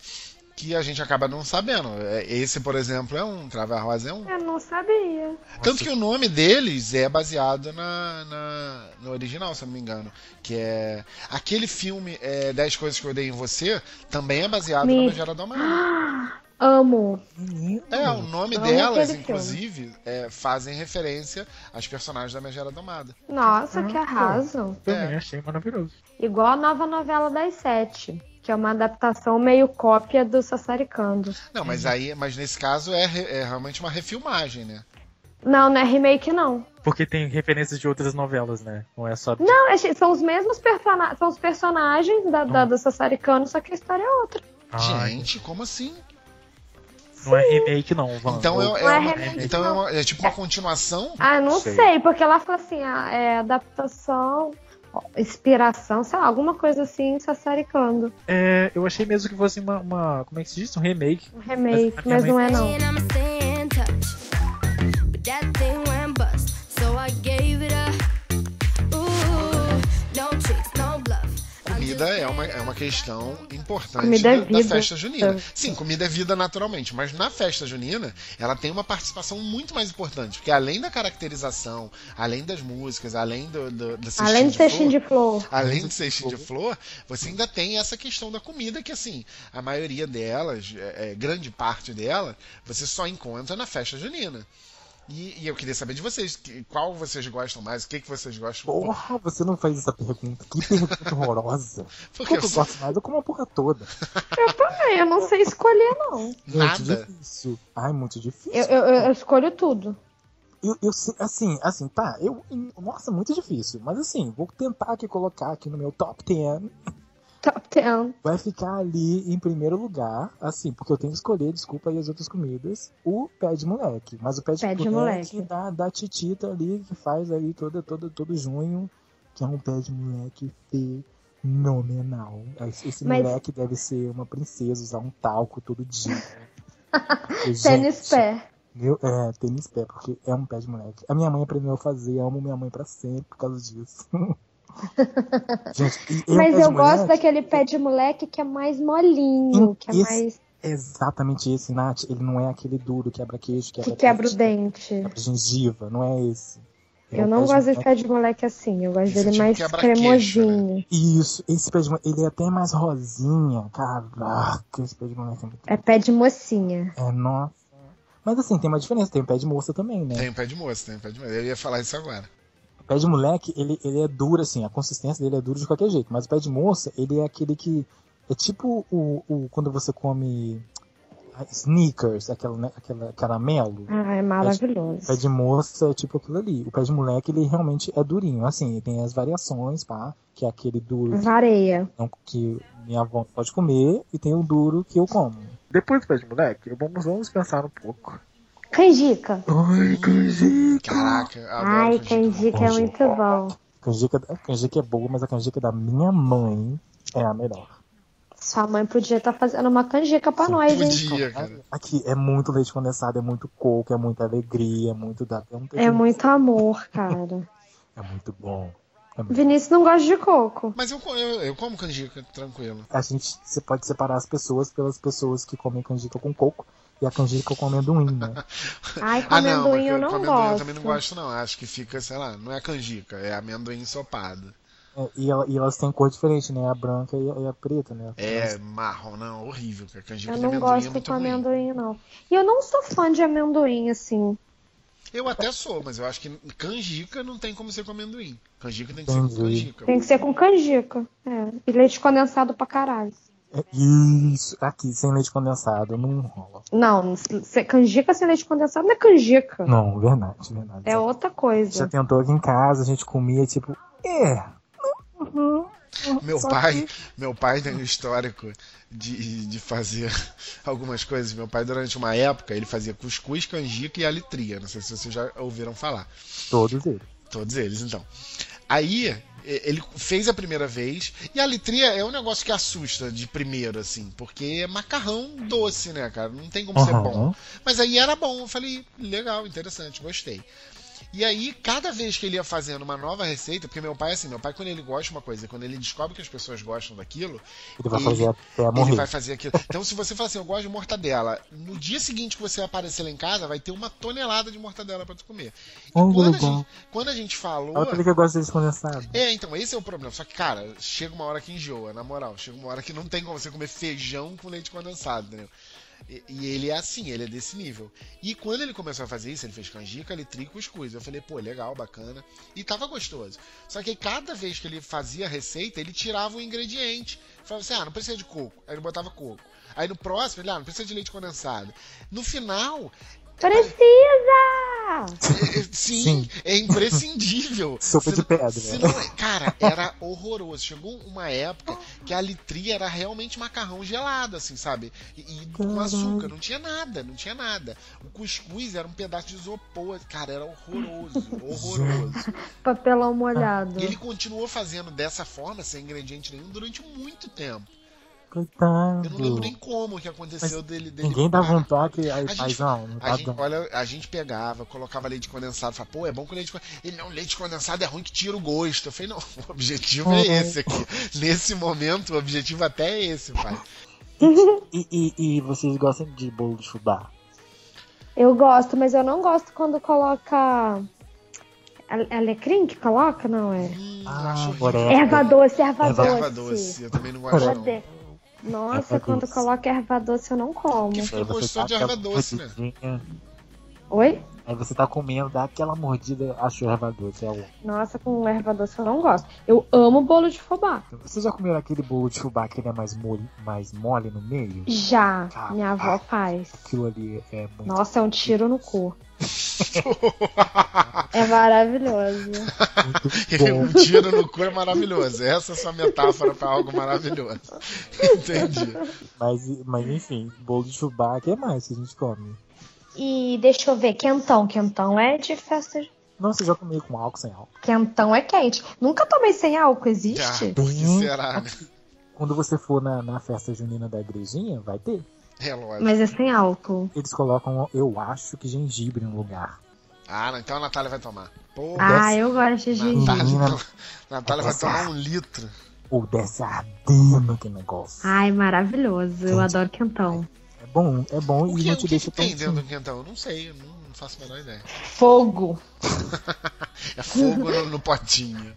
Speaker 1: que a gente acaba não sabendo. É, Esse, por exemplo, é um, Crave a Rosa é um.
Speaker 5: Eu não sabia.
Speaker 1: Tanto que o nome deles é baseado na, na- no original, se eu não me engano. Que é. Aquele filme é, 10 Coisas que Eu Odeio em Você também é baseado
Speaker 5: Me-
Speaker 1: na Megera Domada.
Speaker 5: Amo.
Speaker 7: Uhum.
Speaker 1: É, o nome
Speaker 5: Não,
Speaker 1: delas,
Speaker 5: aquele filme.
Speaker 1: inclusive, é, fazem referência às personagens da Megera Domada.
Speaker 5: Nossa, que arraso.
Speaker 1: É.
Speaker 2: achei maravilhoso.
Speaker 5: Igual a nova novela das sete, que é uma adaptação meio cópia do Sassaricando.
Speaker 1: Não, mas aí, mas nesse caso é, re- é realmente uma refilmagem, né?
Speaker 5: Não, não é remake, não.
Speaker 7: Porque tem referências de outras novelas, né? Não é só.
Speaker 5: Não, é che- são os mesmos persona são os personagens da, da, da Sassaricano, só que a história é outra.
Speaker 7: Ah,
Speaker 1: Gente, como assim?
Speaker 7: não é remake, não, Van.
Speaker 1: Então
Speaker 7: Ou-
Speaker 1: é, é
Speaker 5: Não é
Speaker 1: uma-
Speaker 5: remake,
Speaker 1: então é,
Speaker 5: não.
Speaker 1: uma- é tipo uma continuação?
Speaker 5: Ah, não
Speaker 7: Sei.
Speaker 5: sei, porque lá fala assim, ah, é adaptação, ó, inspiração, sei lá, alguma coisa assim, Sassaricando.
Speaker 7: É, eu achei mesmo que fosse uma, uma- Como é que se diz? Um remake.
Speaker 5: Um remake,
Speaker 7: Mas-
Speaker 5: mas, não é não.
Speaker 8: Saying I'ma stay in touch. But that thing went bust, so I gave it up. Ooh, no tricks, no bluff. I'm just
Speaker 1: Comida é uma, é uma questão importante
Speaker 5: Comida é
Speaker 1: da, da
Speaker 5: vida.
Speaker 1: festa junina.
Speaker 5: É.
Speaker 1: Sim, comida é vida naturalmente, mas na festa junina ela tem uma participação muito mais importante, porque além da caracterização, além das músicas, além do, do, do cestinho
Speaker 5: Além do cestinho
Speaker 1: flor,
Speaker 5: é de flor.
Speaker 1: Além do cestinho de flor, você ainda tem essa questão da comida que, assim, a maioria delas, é, é, grande parte dela, você só encontra na festa junina. E, e eu queria saber de vocês, que- qual vocês gostam mais, o que, que vocês gostam?
Speaker 2: Porra, você não faz essa pergunta. Que pergunta horrorosa.
Speaker 1: Porque
Speaker 2: Como
Speaker 1: eu
Speaker 2: eu
Speaker 1: sou
Speaker 2: gosto mais, eu como a porra toda.
Speaker 5: Eu também, eu não sei escolher não.
Speaker 2: Muito
Speaker 1: nada.
Speaker 2: é difícil. Ai, muito difícil.
Speaker 5: Eu, eu, eu- eu escolho tudo.
Speaker 2: Eu, eu sei- assim, assim, tá, eu. Nossa, muito difícil. Mas assim, vou tentar aqui colocar aqui no meu top 10.
Speaker 5: Top 10.
Speaker 2: Vai ficar ali em primeiro lugar, assim, porque eu tenho que escolher, desculpa aí as outras comidas, o pé de moleque. Mas o pé de,
Speaker 5: Pé de moleque.
Speaker 2: da, da Titita ali, que faz ali todo, todo, todo junho, que é um pé de moleque fenomenal. Esse esse
Speaker 5: Mas-
Speaker 2: moleque deve ser uma princesa, usar um talco todo dia.
Speaker 5: Tênis
Speaker 2: Gente,
Speaker 5: pé.
Speaker 2: meu, é, tênis pé, porque é um pé de moleque. A minha mãe aprendeu a fazer, eu amo minha mãe pra sempre por causa disso. Gente, e e o pé
Speaker 5: Mas
Speaker 2: de
Speaker 5: eu
Speaker 2: moleque
Speaker 5: gosto daquele pé de moleque que é mais molinho, que é
Speaker 2: Esse-
Speaker 5: mais.
Speaker 2: é Exatamente esse, Nath. Ele não é aquele duro, quebra-queixo,
Speaker 5: que
Speaker 2: quebra
Speaker 5: quebra o dente.
Speaker 2: Quebra gengiva, não é esse. É
Speaker 5: Eu
Speaker 2: o
Speaker 5: não
Speaker 2: pé de
Speaker 1: um
Speaker 5: gosto de
Speaker 2: moleque.
Speaker 5: pé de moleque assim, eu gosto
Speaker 1: Esse
Speaker 5: dele
Speaker 1: tipo
Speaker 5: mais
Speaker 1: quebra-queixo,
Speaker 5: cremosinho.
Speaker 2: Isso, esse pé de moleque, ele é até mais rosinha. Caraca, esse pé de moleque é muito
Speaker 5: É pé de mocinha.
Speaker 2: É, nossa. Mas assim, tem uma diferença, tem o pé de moça também, né?
Speaker 1: Tem o pé de moço, tem o pé de moço. Eu ia falar isso agora.
Speaker 2: O pé de moleque, ele, ele é duro, assim, a consistência dele é duro de qualquer jeito. Mas o pé de moça, ele é aquele que. É tipo o, o quando você come ah, sneakers, aquela, né, aquela caramelo.
Speaker 5: Ah, é
Speaker 2: O pé
Speaker 5: maravilhoso.
Speaker 2: de moça é tipo aquilo ali. O pé de moleque, ele realmente é durinho. Assim, ele tem as variações, pá, que é aquele duro
Speaker 5: Vareia.
Speaker 2: que não- que minha avó pode comer, e tem o duro que eu como.
Speaker 7: Depois do pé de moleque, vamos, vamos pensar um pouco.
Speaker 5: Canjica.
Speaker 2: Ai, canjica!
Speaker 1: Caraca, eu adoro
Speaker 5: Ai,
Speaker 1: canjica.
Speaker 5: canjica é muito bom.
Speaker 2: Canjica, a canjica é boa, mas a canjica da minha mãe é a melhor.
Speaker 5: Sua mãe podia estar fazendo uma canjica pra nós, hein?
Speaker 1: Podia, cara.
Speaker 2: Aqui é muito leite condensado, é muito coco, é muita alegria, é muito da. É, muito,
Speaker 5: É muito amor, cara.
Speaker 2: é muito bom. É muito-
Speaker 5: Vinícius não gosta de coco.
Speaker 1: Mas eu, co- eu, eu como canjica, tranquilo.
Speaker 2: A gente você pode separar as pessoas pelas pessoas que comem canjica com coco e a canjica com amendoim, né?
Speaker 5: Ai, com
Speaker 1: Ah, não,
Speaker 5: amendoim
Speaker 1: mas com
Speaker 5: eu não
Speaker 1: amendoim eu
Speaker 5: gosto.
Speaker 1: também não gosto, não. Acho que fica, sei lá, não é canjica, é amendoim ensopado.
Speaker 2: É, e, ela- e elas têm cor diferente, né? A branca e a, e a preta, né?
Speaker 1: É marrom, não, horrível, cara. Canjica
Speaker 5: Eu
Speaker 1: de
Speaker 5: não
Speaker 1: amendoim é
Speaker 5: gosto
Speaker 1: muito
Speaker 5: com
Speaker 1: ruim.
Speaker 5: amendoim, não. E eu não sou fã de amendoim, assim.
Speaker 1: Eu até sou, mas eu acho que canjica não tem como ser com amendoim. Canjica tem que ser com
Speaker 2: Entendi.
Speaker 1: canjica. um
Speaker 5: Tem que ser com canjica. É. E leite condensado pra caralho.
Speaker 2: É Isso, aqui, sem leite condensado, não rola.
Speaker 5: Não, se- canjica sem leite condensado não é canjica.
Speaker 2: Não, verdade, verdade.
Speaker 5: É outra
Speaker 2: Já
Speaker 5: coisa.
Speaker 2: tentou aqui em casa, a gente comia, tipo, é.
Speaker 1: Meu
Speaker 2: Só
Speaker 1: pai, meu pai tem um histórico de, de fazer algumas coisas. Meu pai, durante uma época, ele fazia cuscuz, canjica e alitria. Não sei se vocês já ouviram falar.
Speaker 2: Todos eles.
Speaker 1: Todos eles, então. Aí, e- ele fez a primeira vez. E a litria é um negócio que assusta de primeiro, assim. Porque é macarrão doce, né, cara? Não tem como ser
Speaker 2: Aham.
Speaker 1: bom. Mas aí era bom. Eu falei, legal, interessante, gostei. E aí, cada vez que ele ia fazendo uma nova receita, porque meu pai, assim, meu pai, quando ele gosta de uma coisa, quando ele descobre que as pessoas gostam daquilo,
Speaker 2: Ele vai
Speaker 1: Ele-
Speaker 2: fazer até
Speaker 1: ele
Speaker 2: morrer.
Speaker 1: vai fazer aquilo. Então, se você falar assim, eu gosto de mortadela, no dia seguinte que você aparecer lá em casa, vai ter uma tonelada de mortadela pra tu comer. E
Speaker 2: Oh,
Speaker 1: quando, a
Speaker 2: legal.
Speaker 1: gente, quando a gente falou.
Speaker 2: Olha pelo que eu gosto de leite condensado.
Speaker 1: É, então, esse é o problema. Só que, cara, chega uma hora que enjoa, na moral. Chega uma hora que não tem como você comer feijão com leite condensado, entendeu? E, e ele é assim, ele é desse nível. E quando ele começou a fazer isso, ele fez canjica, letri e cuscuz. Eu falei, pô, legal, bacana. E tava gostoso. Só que aí, cada vez que ele fazia a receita, ele tirava o ingrediente. Falava assim, ah, não precisa de coco. Aí ele botava coco.
Speaker 2: tá-
Speaker 1: Aí no próximo, ele, ah, não precisa de leite condensado. No final,
Speaker 5: Precisa! Ah,
Speaker 1: É, é, Sim,
Speaker 2: Sim.
Speaker 1: é imprescindível.
Speaker 2: Sopa
Speaker 1: Se
Speaker 2: de
Speaker 1: não-
Speaker 2: pedra.
Speaker 1: se não- é- cara, era horroroso. Chegou uma época que a litri era realmente macarrão gelado, assim, sabe? E, e com
Speaker 2: Caralho.
Speaker 1: açúcar, não tinha nada, não tinha nada. O cuscuz era um pedaço de isopor, cara, era horroroso, horroroso.
Speaker 5: papelão molhado.
Speaker 2: Ah,
Speaker 1: E ele continuou fazendo dessa forma, sem ingrediente nenhum, durante muito tempo.
Speaker 2: Coitado.
Speaker 1: Eu não lembro nem como que aconteceu dele, dele.
Speaker 2: Uhum. Ninguém dava um toque aí,
Speaker 1: gente-
Speaker 2: paizão. Não
Speaker 1: A
Speaker 2: tá
Speaker 1: gente,
Speaker 2: dando.
Speaker 1: olha, a gente pegava, colocava leite condensado, falava, pô, é bom com leite condensado. Ele, não, leite condensado é ruim que tira o gosto. Eu falei, não, o objetivo é
Speaker 2: Uhum.
Speaker 1: esse aqui. Nesse momento, o objetivo até é esse, pai.
Speaker 2: E, e, e vocês gostam de bolo de fubá?
Speaker 5: Eu gosto, mas eu não gosto quando coloca. ale- Alecrim que coloca? Não, é.
Speaker 1: Hum,
Speaker 2: Ah,
Speaker 1: acho horrível.
Speaker 2: agora
Speaker 5: Erva doce, erva,
Speaker 2: Erva-
Speaker 5: doce.
Speaker 1: Erva doce, eu também não gosto
Speaker 5: Eu
Speaker 1: não.
Speaker 5: odeio. Nossa,
Speaker 2: Erva
Speaker 5: quando
Speaker 2: doce.
Speaker 5: coloca erva doce eu não como.
Speaker 1: Que
Speaker 2: Aí
Speaker 1: fica
Speaker 2: você
Speaker 1: gostoso
Speaker 2: tá
Speaker 1: de erva doce, né?
Speaker 5: Oi?
Speaker 2: Aí você tá comendo, dá aquela mordida, acho erva doce. É o...
Speaker 5: Nossa, com erva doce eu não gosto. Eu amo bolo de fubá.
Speaker 2: Vocês já comeram aquele bolo de fubá que ele é mais mole, mais mole no meio?
Speaker 5: Já,
Speaker 2: Ah,
Speaker 5: minha avó
Speaker 2: ah.
Speaker 5: faz.
Speaker 2: Aquilo ali é muito.
Speaker 5: Nossa, é um tiro no cu. É maravilhoso.
Speaker 1: um tiro no cu é maravilhoso. Essa é a sua metáfora pra algo maravilhoso. Entendi.
Speaker 2: Mas, mas enfim, bolo de fubá, o que mais que a gente come?
Speaker 5: E deixa eu ver, quentão. Quentão é de festa. de-
Speaker 2: Nossa, eu já comi com álcool sem álcool.
Speaker 5: Quentão é quente. Nunca tomei sem álcool,
Speaker 1: Já,
Speaker 5: existe?
Speaker 1: por Ah, que será? né?
Speaker 2: Quando você for na, na festa junina da igrejinha, vai ter.
Speaker 1: É lógico.
Speaker 5: Mas é sem álcool.
Speaker 2: Eles colocam, eu acho que gengibre no lugar.
Speaker 1: Ah, não, então a Natália vai tomar. Pô,
Speaker 5: Ah, eu gosto de gengibre.
Speaker 1: Natália,
Speaker 2: Menina.
Speaker 1: então- Natália vai tomar um litro.
Speaker 2: Ou desce ardendo que negócio.
Speaker 5: Ai, maravilhoso. Eu adoro quentão.
Speaker 2: É bom, é bom
Speaker 1: O
Speaker 2: e
Speaker 1: que,
Speaker 2: não
Speaker 1: o
Speaker 2: te
Speaker 1: que
Speaker 2: deixa
Speaker 1: que tem
Speaker 2: tontinho.
Speaker 5: assim.
Speaker 1: dentro do quentão? Eu não sei, eu não, não faço a menor ideia.
Speaker 5: Fogo.
Speaker 1: É fogo no, no potinho.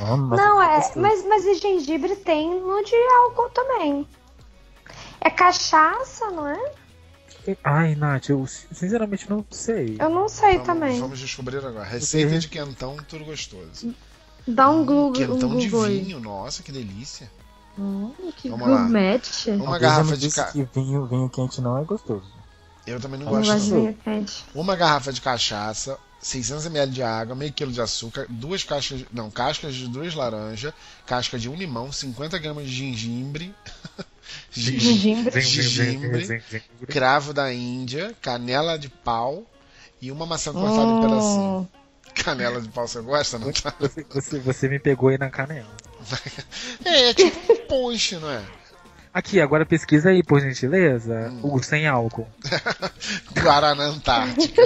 Speaker 2: Não, mas tá
Speaker 5: Não, é.
Speaker 2: gostoso.
Speaker 5: Mas, mas o gengibre tem no de álcool também. É cachaça, não é?
Speaker 7: Ai, Nath, eu sinceramente não sei.
Speaker 5: Eu não sei
Speaker 1: Vamos-
Speaker 5: também.
Speaker 1: Vamos descobrir agora. Receita de quentão, tudo gostoso.
Speaker 5: Dá um, glu, um
Speaker 1: Quentão de
Speaker 5: Google aí.
Speaker 1: vinho, nossa, que delícia.
Speaker 5: Hum, que
Speaker 1: Vamos lá.
Speaker 5: gourmet.
Speaker 1: Uma
Speaker 2: Alguém já
Speaker 1: garrafa
Speaker 2: me
Speaker 1: de
Speaker 2: disse
Speaker 1: ca...
Speaker 2: que vinho, vinho quente não é gostoso.
Speaker 1: Eu também não
Speaker 5: Não
Speaker 1: gosto.
Speaker 5: gosto de
Speaker 1: não.
Speaker 5: vinho quente.
Speaker 1: Uma garrafa de cachaça, 600ml de água, meio quilo de açúcar, duas cascas, não, cascas de duas laranjas, casca de um limão, 50 gramas de gengibre. gengibre.
Speaker 5: Gengibre.
Speaker 1: Gengibre, cravo da Índia, canela de pau e uma maçã cortada em pedacinho.
Speaker 5: Hum,
Speaker 1: Canela de pau você gosta, não tá?
Speaker 7: Você, você- você me pegou aí na canela.
Speaker 1: É, é tipo um ponche, não é?
Speaker 7: Aqui, agora pesquisa aí, por gentileza, o sem álcool.
Speaker 1: Guaraná Antártica.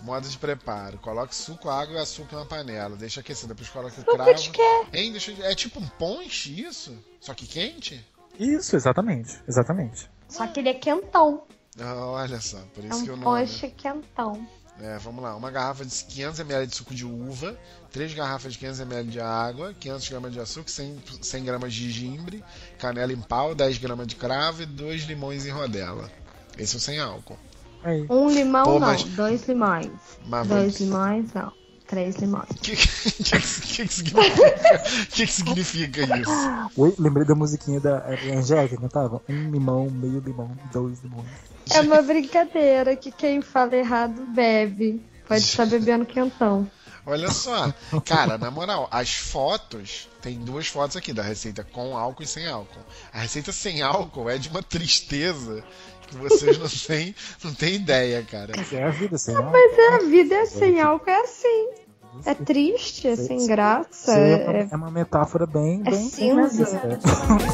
Speaker 1: Modo de preparo. Coloque suco, água e açúcar na panela. Deixa aquecer, depois coloca o cravo.
Speaker 5: de quê?
Speaker 1: Hein, deixa eu- É tipo um ponche isso? Só que quente?
Speaker 7: Isso, exatamente, exatamente.
Speaker 5: Só que ele é quentão.
Speaker 1: Ah, Olha só, por
Speaker 5: É
Speaker 1: isso que né? eu
Speaker 5: um
Speaker 1: não.
Speaker 5: poste quentão.
Speaker 1: É, vamos lá. Uma garrafa de 500ml de suco de uva, 3 garrafas de 500ml de água, 500 gramas de açúcar, 100, 100 gramas de gengibre, canela em pau, 10 gramas de cravo e 2 limões em rodela. Esse é o sem álcool.
Speaker 7: Aí,
Speaker 5: Um limão
Speaker 1: Pô,
Speaker 5: não,
Speaker 1: mas-
Speaker 5: dois limões.
Speaker 1: Mas
Speaker 5: Dois
Speaker 1: vamos-
Speaker 5: limões não, três limões.
Speaker 1: que, que, que, que significa, que, que significa isso?
Speaker 2: Oi, lembrei da musiquinha da eh, Angélica, que cantava um limão, meio limão, dois limões.
Speaker 5: É uma brincadeira que quem fala errado bebe. Pode estar bebendo quentão.
Speaker 1: Olha só. Cara, na moral, as fotos. Tem duas fotos aqui da receita com álcool e sem álcool. A receita sem álcool é de uma tristeza que vocês não têm, não têm ideia, cara.
Speaker 2: Isso é a vida, sem álcool.
Speaker 5: A vida é sem álcool, é assim. É triste, é sem graça.
Speaker 2: Isso é,
Speaker 5: É...
Speaker 2: uma, é uma metáfora bem,
Speaker 5: é
Speaker 2: bem
Speaker 5: cinza.
Speaker 2: realista.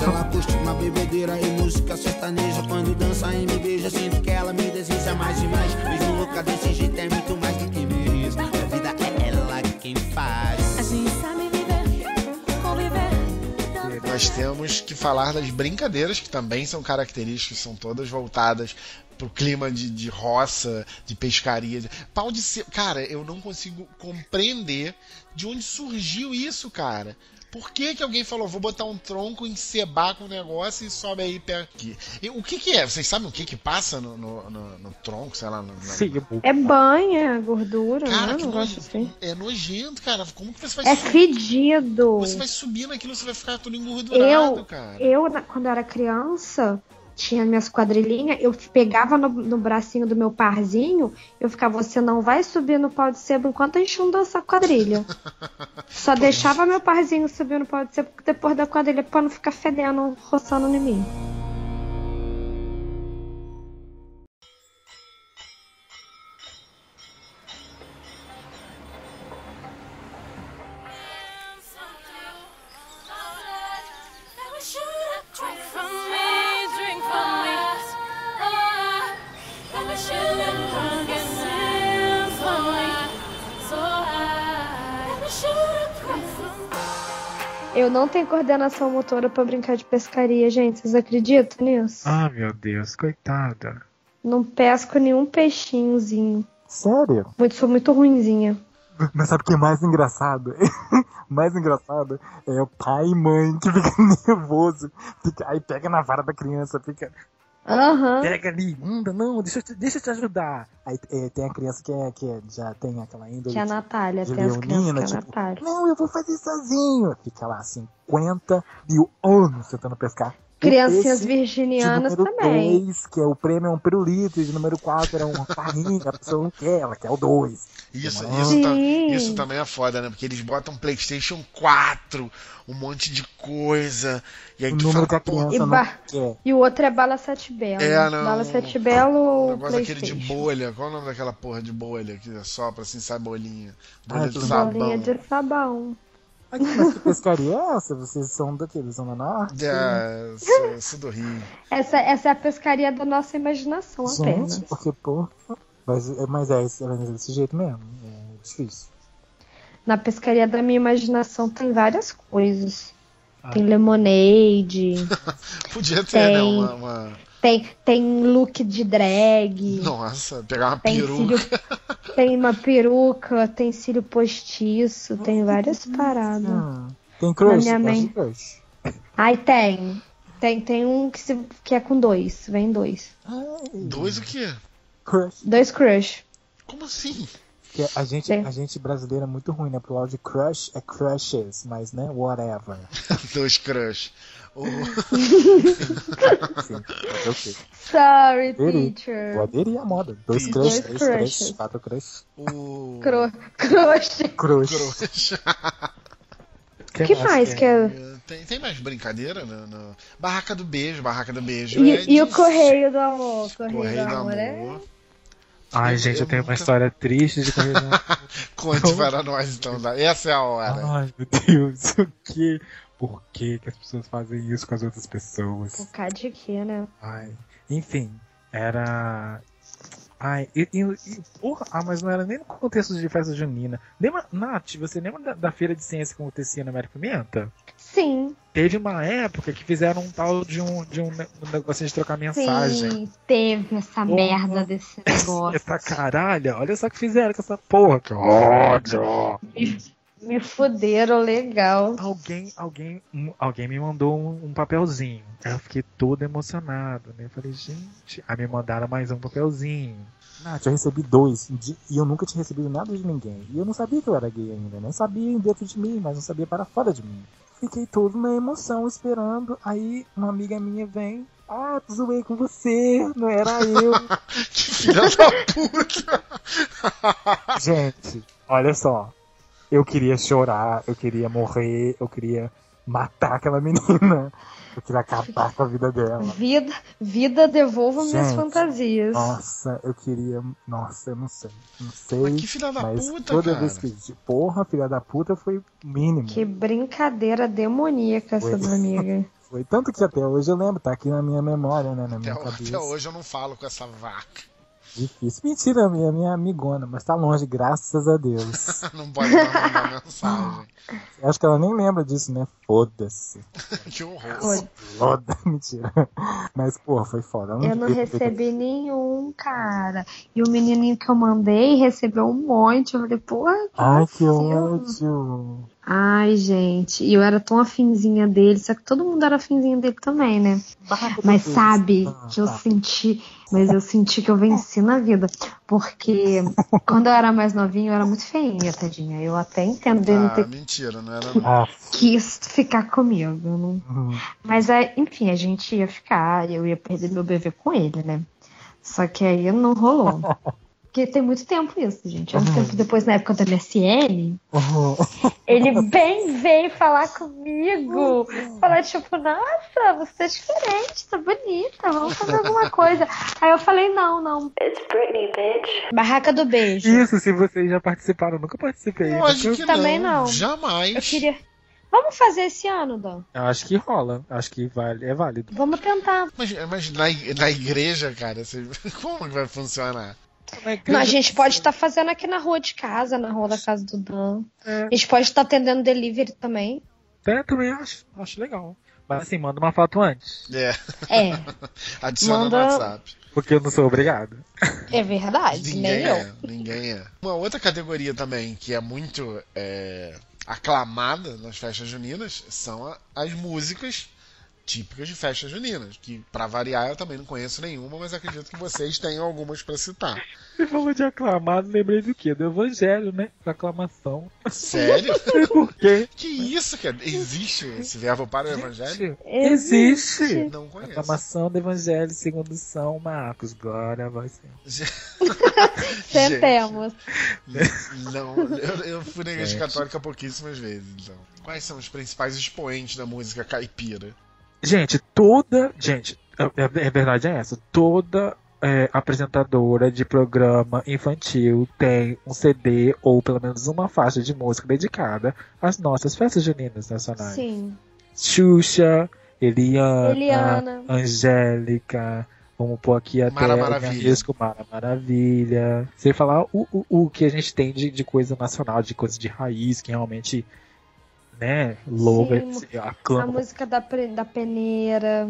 Speaker 9: Ela curte é uma bebedeira e música sertaneja Quando dança e me beija, sinto que ela me deseja mais demais Mesmo louca desse jeito, é muito mais do que mereço A vida é ela quem faz
Speaker 8: A gente sabe viver, conviver.
Speaker 1: Nós temos que falar das brincadeiras, que também são características, são todas voltadas pro clima de, de roça, de pescaria. de- Pau de ce... Cara, eu não consigo compreender de onde surgiu isso, cara. Por que, que alguém falou, vou botar um tronco, encebar com o negócio e sobe aí pé aqui? E o que, que é? Vocês sabem o que, que passa no, no- no- no tronco, sei lá, no, na-
Speaker 7: sebo.
Speaker 5: É banha, gordura,
Speaker 1: Cara,
Speaker 5: né?
Speaker 1: que
Speaker 5: Um negócio
Speaker 1: nojo-
Speaker 5: assim.
Speaker 1: É nojento, cara. Como que você vai
Speaker 5: É
Speaker 1: subir?
Speaker 5: fedido.
Speaker 1: Você vai subir naquilo, você vai ficar todo engordurado, cara.
Speaker 5: Eu, na- quando eu era criança, tinha minhas quadrilhinhas, eu pegava no, no bracinho do meu parzinho, eu ficava, você não vai subir no pau de sebo enquanto a gente não dança quadrilha. Só deixava meu parzinho subir no pau de sebo depois da quadrilha pra não ficar fedendo, roçando em mim.
Speaker 3: Drink from me, drink from me. Ah, and I should have drunk it sinfully. So I, and I should have drunk from me.
Speaker 5: Eu não tenho coordenação motora pra brincar de pescaria, gente. Vocês acreditam nisso?
Speaker 7: Ah, meu Deus, coitada.
Speaker 5: Não pesco nenhum peixinhozinho.
Speaker 2: Sério?
Speaker 5: Muito, sou muito ruinzinha.
Speaker 2: Mas sabe o que é mais engraçado? mais engraçado é o pai e mãe que fica nervoso. Fica, aí pega na vara da criança, fica.
Speaker 5: Aham.
Speaker 2: Pega ali, anda, não, deixa eu te, deixa eu te ajudar. Aí é, tem a criança que, é, que é- já tem aquela índole.
Speaker 5: Que é a
Speaker 2: de-
Speaker 5: Natália,
Speaker 2: de
Speaker 5: tem as
Speaker 2: leonina,
Speaker 5: crianças que é a
Speaker 2: tipo,
Speaker 5: Natália.
Speaker 2: Não, eu vou fazer sozinho. Fica lá 50 mil anos tentando pescar.
Speaker 5: Criancinhas
Speaker 2: Esse de
Speaker 5: virginianas
Speaker 2: número
Speaker 5: também.
Speaker 2: 3, que é o prêmio é um pirulito, e de número 4 é uma farinha, a pessoa não quer, ela quer o 2.
Speaker 1: Isso,
Speaker 2: Não.
Speaker 1: isso, tá-
Speaker 5: Sim.
Speaker 1: isso também é foda, né? Porque eles botam PlayStation 4, um monte de coisa. E aí
Speaker 2: O
Speaker 1: tu
Speaker 2: Um número
Speaker 1: fala,
Speaker 2: que a
Speaker 1: pô,
Speaker 2: criança
Speaker 5: E
Speaker 2: não
Speaker 5: ba-
Speaker 2: quer.
Speaker 5: E o outro é Bala Sete Belo.
Speaker 1: É, não.
Speaker 5: Bala Sete Belo.
Speaker 1: um negócio aquele de
Speaker 5: PlayStation.
Speaker 1: bolha. Qual é o nome daquela porra de bolha que sopra assim, sai bolinha? Bolha
Speaker 2: Ah,
Speaker 1: de
Speaker 2: tudo.
Speaker 1: sabão.
Speaker 5: Bolinha de sabão.
Speaker 2: Aqui, mas que pescaria é essa? Vocês são daqui, eles são da norte?
Speaker 1: É, sou, sou do Rio.
Speaker 5: Essa, essa é a pescaria da nossa imaginação apenas.
Speaker 2: Gente, porque, pô. Mas, é- mas é, esse- é desse jeito mesmo. É difícil.
Speaker 5: Na pescaria da minha imaginação tem várias coisas.
Speaker 2: Ah.
Speaker 5: Tem lemonade,
Speaker 1: Podia ter, né?
Speaker 5: Tem.
Speaker 1: Uma, uma-
Speaker 5: tem, tem look de drag,
Speaker 1: Nossa, pegar uma
Speaker 5: tem,
Speaker 1: peruca.
Speaker 5: cílio, tem uma peruca, tem cílio postiço, tem várias paradas.
Speaker 2: Hum. Tem crush?
Speaker 5: Ah. minha
Speaker 2: Gosta de
Speaker 5: mãe.
Speaker 2: crush.
Speaker 5: Ai, tem. Tem, tem um que, se- que é com dois, vem dois.
Speaker 2: Ai,
Speaker 1: Dois o quê?
Speaker 2: Crush.
Speaker 5: Dois crush.
Speaker 1: Como assim?
Speaker 2: Que a, gente,
Speaker 5: Tem.
Speaker 2: a gente brasileira é muito ruim, né? Pro áudio crush é crushes, mas né? Whatever.
Speaker 1: Dois crush. O-
Speaker 2: Sim, mas ok.
Speaker 5: Sorry,
Speaker 2: Ele.
Speaker 5: teacher.
Speaker 2: Eu aderia à moda. Dois
Speaker 1: Sim.
Speaker 2: crush,
Speaker 5: Dois
Speaker 2: três
Speaker 5: crushes.
Speaker 2: crush, quatro crush.
Speaker 1: O.
Speaker 5: Cro crush.
Speaker 2: Crush.
Speaker 1: Crush.
Speaker 5: O que mais que é?
Speaker 1: Tem, tem mais brincadeira? No, no- Barraca do beijo, barraca do beijo. é
Speaker 5: E, e o
Speaker 1: de-
Speaker 5: correio do amor? Correio,
Speaker 1: Correio
Speaker 5: do amor, é?
Speaker 1: amor.
Speaker 7: Ai, gente, eu tenho uma
Speaker 1: nunca-
Speaker 7: história triste de correr.
Speaker 1: Conte para nós então, dá- essa é a
Speaker 2: Ah.
Speaker 1: hora.
Speaker 7: Ai, meu Deus, o que? Por que que as pessoas fazem isso com as outras pessoas?
Speaker 5: Por causa um de quê, né?
Speaker 7: Ai, enfim, era. Ai, e, e- e- porra, ah, mas não era nem no contexto de festa junina. Lembra, Nath, você lembra da, da feira de ciência que acontecia na América Pimenta?
Speaker 5: Sim,
Speaker 7: Teve uma época que fizeram um tal de um, de um, ne- um negocinho de trocar mensagem.
Speaker 5: sim. Teve essa merda desse negócio.
Speaker 7: Essa caralha, olha só o que fizeram com essa porra, que ódio!
Speaker 5: Me fuderam legal.
Speaker 7: Alguém, alguém, um- alguém me mandou um, um papelzinho. Aí eu fiquei todo emocionado, né? Eu falei, gente, aí me mandaram mais um papelzinho.
Speaker 2: Nath, eu recebi dois um de- e eu nunca tinha recebido nada de ninguém. E eu não sabia que eu era gay ainda, nem sabia dentro de mim, mas não sabia para fora de mim. Fiquei todo na emoção esperando. Aí uma amiga minha vem. Ah, zoei com você, não era eu.
Speaker 1: Que filha da puta!
Speaker 2: Gente, olha só. Eu queria chorar, eu queria morrer, eu queria matar aquela menina. Eu queria acabar com a vida dela.
Speaker 5: Vida, vida devolva minhas
Speaker 2: Gente,
Speaker 5: fantasias.
Speaker 2: Nossa, eu queria. Nossa, eu não sei. Não sei.
Speaker 1: Mas que filha da
Speaker 2: Mas
Speaker 1: puta,
Speaker 2: toda
Speaker 1: cara.
Speaker 2: vez que de porra, filha da puta, foi mínimo.
Speaker 5: Que brincadeira demoníaca essa
Speaker 2: Oi.
Speaker 5: minha amiga.
Speaker 2: Foi tanto que até hoje eu lembro, tá aqui na minha memória, né? Na
Speaker 1: Até,
Speaker 2: minha
Speaker 1: até
Speaker 2: cabeça.
Speaker 1: hoje eu não falo com essa vaca.
Speaker 2: Difícil. Mentira, minha, minha amigona, mas tá longe, graças a Deus.
Speaker 1: Não pode mais mandar mensagem.
Speaker 2: Acho que ela nem lembra disso, né? Foda-se.
Speaker 1: Que horror.
Speaker 5: Foi.
Speaker 2: Foda, mentira. Mas, porra, foi foda.
Speaker 5: Eu não
Speaker 2: devia ter
Speaker 5: recebi nenhum, cara. E o menininho que eu mandei recebeu um monte. Eu falei, porra, que
Speaker 2: Ai, que
Speaker 5: vacilo.
Speaker 2: ódio.
Speaker 5: Ai, gente, e eu era tão afinzinha dele, só que todo mundo era afinzinho dele também, né?
Speaker 10: Barra do
Speaker 5: Mas
Speaker 10: Deus.
Speaker 5: sabe
Speaker 10: Ah,
Speaker 5: que eu
Speaker 10: tá.
Speaker 5: senti, mas eu senti que eu venci na vida. Porque quando eu era mais novinha, eu era muito feinha, tadinha. Eu até entendo dele não
Speaker 1: Ah,
Speaker 5: ter
Speaker 1: mentira, não era. não.
Speaker 10: Ah,
Speaker 5: quis ficar comigo. eu não-
Speaker 10: hum.
Speaker 5: Mas é, enfim, a gente ia ficar, eu ia perder meu bebê com ele, né? Só que aí não rolou. Porque tem muito tempo isso, gente. É um tempo depois, na época da MSN, ele bem veio falar comigo. Falar, tipo, nossa, você é diferente, tá bonita, vamos fazer alguma coisa. Aí eu falei, não, não. It's Britney, bitch. Barraca do beijo.
Speaker 2: Isso, se vocês já participaram, eu nunca participei.
Speaker 1: Lógico que
Speaker 5: Também
Speaker 1: não.
Speaker 5: não.
Speaker 1: Jamais.
Speaker 5: Eu queria. Vamos fazer esse ano, Dan?
Speaker 2: Eu acho que rola. Acho que vale, é válido.
Speaker 5: Vamos tentar.
Speaker 1: Mas, mas na, ig- na igreja, cara, você- como que vai funcionar?
Speaker 2: é
Speaker 5: Não, a gente pode estar fazendo aqui na rua de casa, na rua da casa do Dan.
Speaker 2: É.
Speaker 5: A gente pode estar atendendo delivery também.
Speaker 2: É, também acho, acho legal. Mas assim, manda uma foto antes.
Speaker 1: É,
Speaker 5: É,
Speaker 1: adiciona
Speaker 5: Manda-
Speaker 1: no WhatsApp.
Speaker 2: Porque eu não sou obrigado.
Speaker 5: é verdade,
Speaker 1: Ninguém
Speaker 5: nem eu.
Speaker 1: é, ninguém é. Uma outra categoria também que é muito é, aclamada nas festas juninas são a- as músicas típicas de festas juninas, que pra variar eu também não conheço nenhuma, mas acredito que vocês tenham algumas pra citar.
Speaker 2: Você falou de aclamado, lembrei do quê? Do evangelho, né? Da aclamação.
Speaker 1: Sério?
Speaker 2: E por quê?
Speaker 1: Que isso, cara? Existe esse verbo para o evangelho?
Speaker 2: Existe!
Speaker 1: Não conheço.
Speaker 2: Aclamação do evangelho segundo São Marcos. Glória a vós, Senhor.
Speaker 5: Tentemos.
Speaker 1: Não, eu, eu fui na igreja
Speaker 2: Gente.
Speaker 1: católica pouquíssimas vezes, então. Quais são os principais expoentes da música caipira?
Speaker 2: Gente, toda. Gente, é, é- é verdade, é essa. Toda é, apresentadora de programa infantil tem um CD ou pelo menos uma faixa de música dedicada às nossas festas juninas nacionais.
Speaker 5: Sim.
Speaker 2: Xuxa, Eliana,
Speaker 5: Eliana.
Speaker 2: Angélica. Vamos pôr aqui até
Speaker 1: Mara
Speaker 2: o
Speaker 1: Maravilha.
Speaker 2: Ganesco, Mara Maravilha. Sem falar o, o, o que a gente tem de, de coisa nacional, de coisa de raiz, que realmente, né, louva,
Speaker 5: Sim, A
Speaker 2: aclama
Speaker 5: música da, pre- da peneira.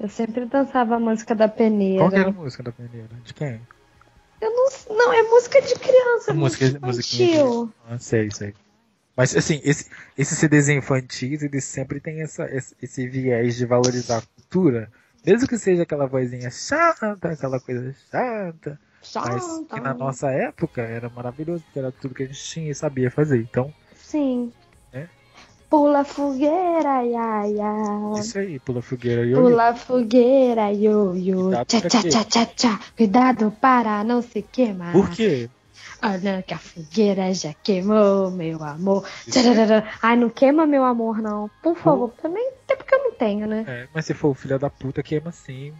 Speaker 5: Eu sempre dançava a música da peneira.
Speaker 2: Qual que é? era a música da peneira? De quem?
Speaker 5: Eu não, não, é música de criança, música, infantil.
Speaker 2: musiquinha. Ah, sei, sei. Mas assim, esse, esses CDs infantis, eles sempre têm essa, esse, esse viés de valorizar a cultura. Mesmo que seja aquela vozinha chata, aquela coisa chata.
Speaker 5: Só
Speaker 2: mas
Speaker 5: tá.
Speaker 2: que na nossa época era maravilhoso, porque era tudo que a gente tinha e sabia fazer. Então,
Speaker 5: Sim.
Speaker 2: É?
Speaker 5: Pula fogueira, ia, ia.
Speaker 2: isso aí, pula fogueira e olho.
Speaker 5: Pula fogueira, yo, yo.
Speaker 2: Cuidado
Speaker 5: Tchá,
Speaker 2: pra
Speaker 5: tchá,
Speaker 2: quê?
Speaker 5: tchá, tchá, tchá. Cuidado para não se queimar.
Speaker 2: Por quê?
Speaker 5: Olha que a fogueira já queimou, meu amor.
Speaker 1: é.
Speaker 5: Tchararara. Ai, não queima meu amor, não. Por favor, também. Até porque eu não tenho, né?
Speaker 2: É, mas se for o filho da puta, queima sim.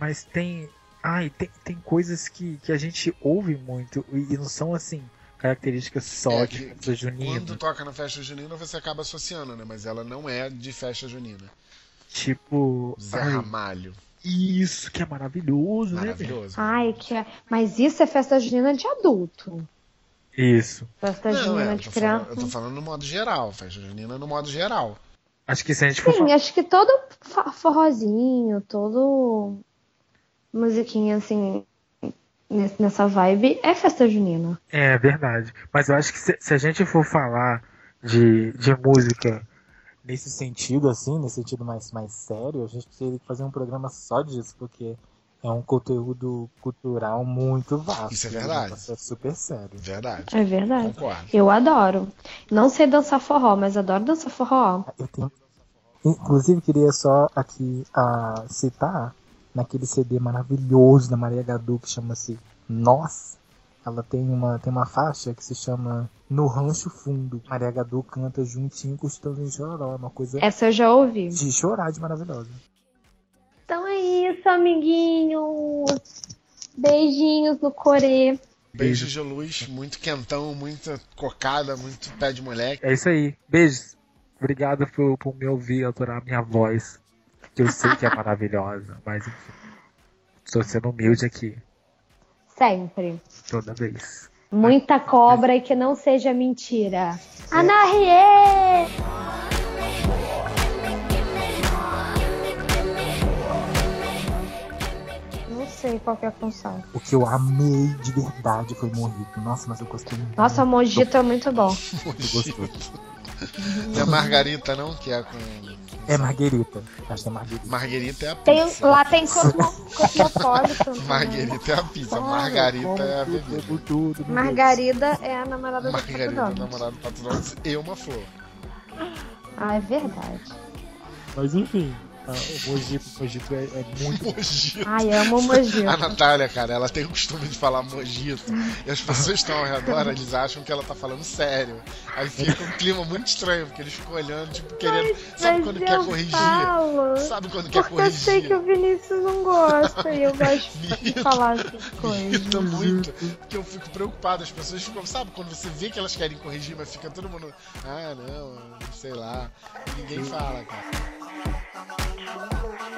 Speaker 2: Mas tem. Ai, tem, tem coisas que, que a gente ouve muito e, e não são assim, características só
Speaker 1: É
Speaker 2: de
Speaker 1: que-
Speaker 2: festa junina.
Speaker 1: Quando toca na festa junina, você acaba associando, né? Mas ela não é de festa junina.
Speaker 2: Tipo.
Speaker 1: Zé
Speaker 2: ai,
Speaker 1: Ramalho.
Speaker 2: isso que é maravilhoso, né,
Speaker 1: Maravilhoso.
Speaker 5: Ai, que é... Mas isso é festa junina de adulto.
Speaker 2: velho? Isso.
Speaker 5: Festa
Speaker 1: Não,
Speaker 5: tá junina
Speaker 1: é, eu,
Speaker 5: de
Speaker 1: tô
Speaker 5: criança.
Speaker 1: falando, eu tô falando no modo geral, festa junina no modo geral.
Speaker 2: Acho que se a gente for
Speaker 5: Sim, acho que todo fa- forrozinho, todo musiquinha assim nesse- nessa vibe é festa junina.
Speaker 2: É verdade. Mas eu acho que se, se a gente for falar de, de música nesse sentido,
Speaker 10: assim, nesse sentido mais, mais sério, a gente teria que fazer um programa só disso, porque é um conteúdo cultural muito vasto.
Speaker 1: Isso é
Speaker 10: né?
Speaker 1: verdade.
Speaker 10: Isso é super sério.
Speaker 1: Verdade.
Speaker 5: É verdade.
Speaker 1: Concordo.
Speaker 5: Eu adoro. Não sei dançar forró, mas adoro dançar forró.
Speaker 10: Eu tenho... Inclusive, queria só aqui ah, citar naquele CD maravilhoso da Maria Gadu que chama-se Nós. Ela tem uma, tem uma faixa que se chama No Rancho Fundo. Maria Gadu canta juntinho com os Tãozinho de Chororó, uma coisa
Speaker 5: Essa eu já ouvi.
Speaker 10: de chorar de maravilhosa.
Speaker 5: Então é isso, amiguinhos. Beijinhos no corê.
Speaker 1: Beijos de luz, muito quentão, muita cocada, muito pé de moleque.
Speaker 2: é isso aí. Beijos. Obrigado por, por me ouvir, aturar a minha voz. Que eu sei que é maravilhosa, mas enfim. Estou sendo humilde aqui,
Speaker 5: Sempre.
Speaker 2: toda vez.
Speaker 5: Muita cobra e que não seja mentira. Anarie! Não não sei qual que é a função.
Speaker 2: O que eu amei de verdade foi Morrito. Nossa, mas eu gostei muito.
Speaker 5: Nossa, Mojito é muito bom.
Speaker 1: Não é Margarita, não? Que é com.
Speaker 2: É Marguerita. Acho que é Marguerita.
Speaker 1: Marguerita é a
Speaker 5: Tem, um-
Speaker 1: pizza.
Speaker 5: lá tem Cosmo, Cosmopolitan. também.
Speaker 1: Margarita é a pizza. Margarita é a bebida.
Speaker 5: Margarida é a namorada do
Speaker 1: Margarita,
Speaker 5: Capitão.
Speaker 1: namorado do Pato Donald e uma flor.
Speaker 5: Ah, é verdade.
Speaker 7: Mas enfim, ah, o Mojito, o Mojito é, é muito.
Speaker 1: Mojito.
Speaker 5: Ai, amo o Mojito.
Speaker 1: A Natália, cara, ela tem o costume de falar mojito. E as pessoas que estão ao redor, eles acham que ela tá falando sério. Aí fica um clima muito estranho, porque eles ficam olhando, tipo, querendo. sabe
Speaker 5: Mas
Speaker 1: quando
Speaker 5: eu
Speaker 1: quer corrigir?
Speaker 5: falo.
Speaker 1: Sabe quando quer
Speaker 5: Porque eu sei
Speaker 1: corrigir?
Speaker 5: que o Vinícius não gosta e eu gosto de
Speaker 1: Vinícius.
Speaker 5: falar essas coisas.
Speaker 1: Irrita muito, porque eu fico preocupado. As pessoas ficam, sabe, quando você vê que elas querem corrigir, mas fica todo mundo, ah, não, sei lá. Ninguém fala, cara.
Speaker 3: Thank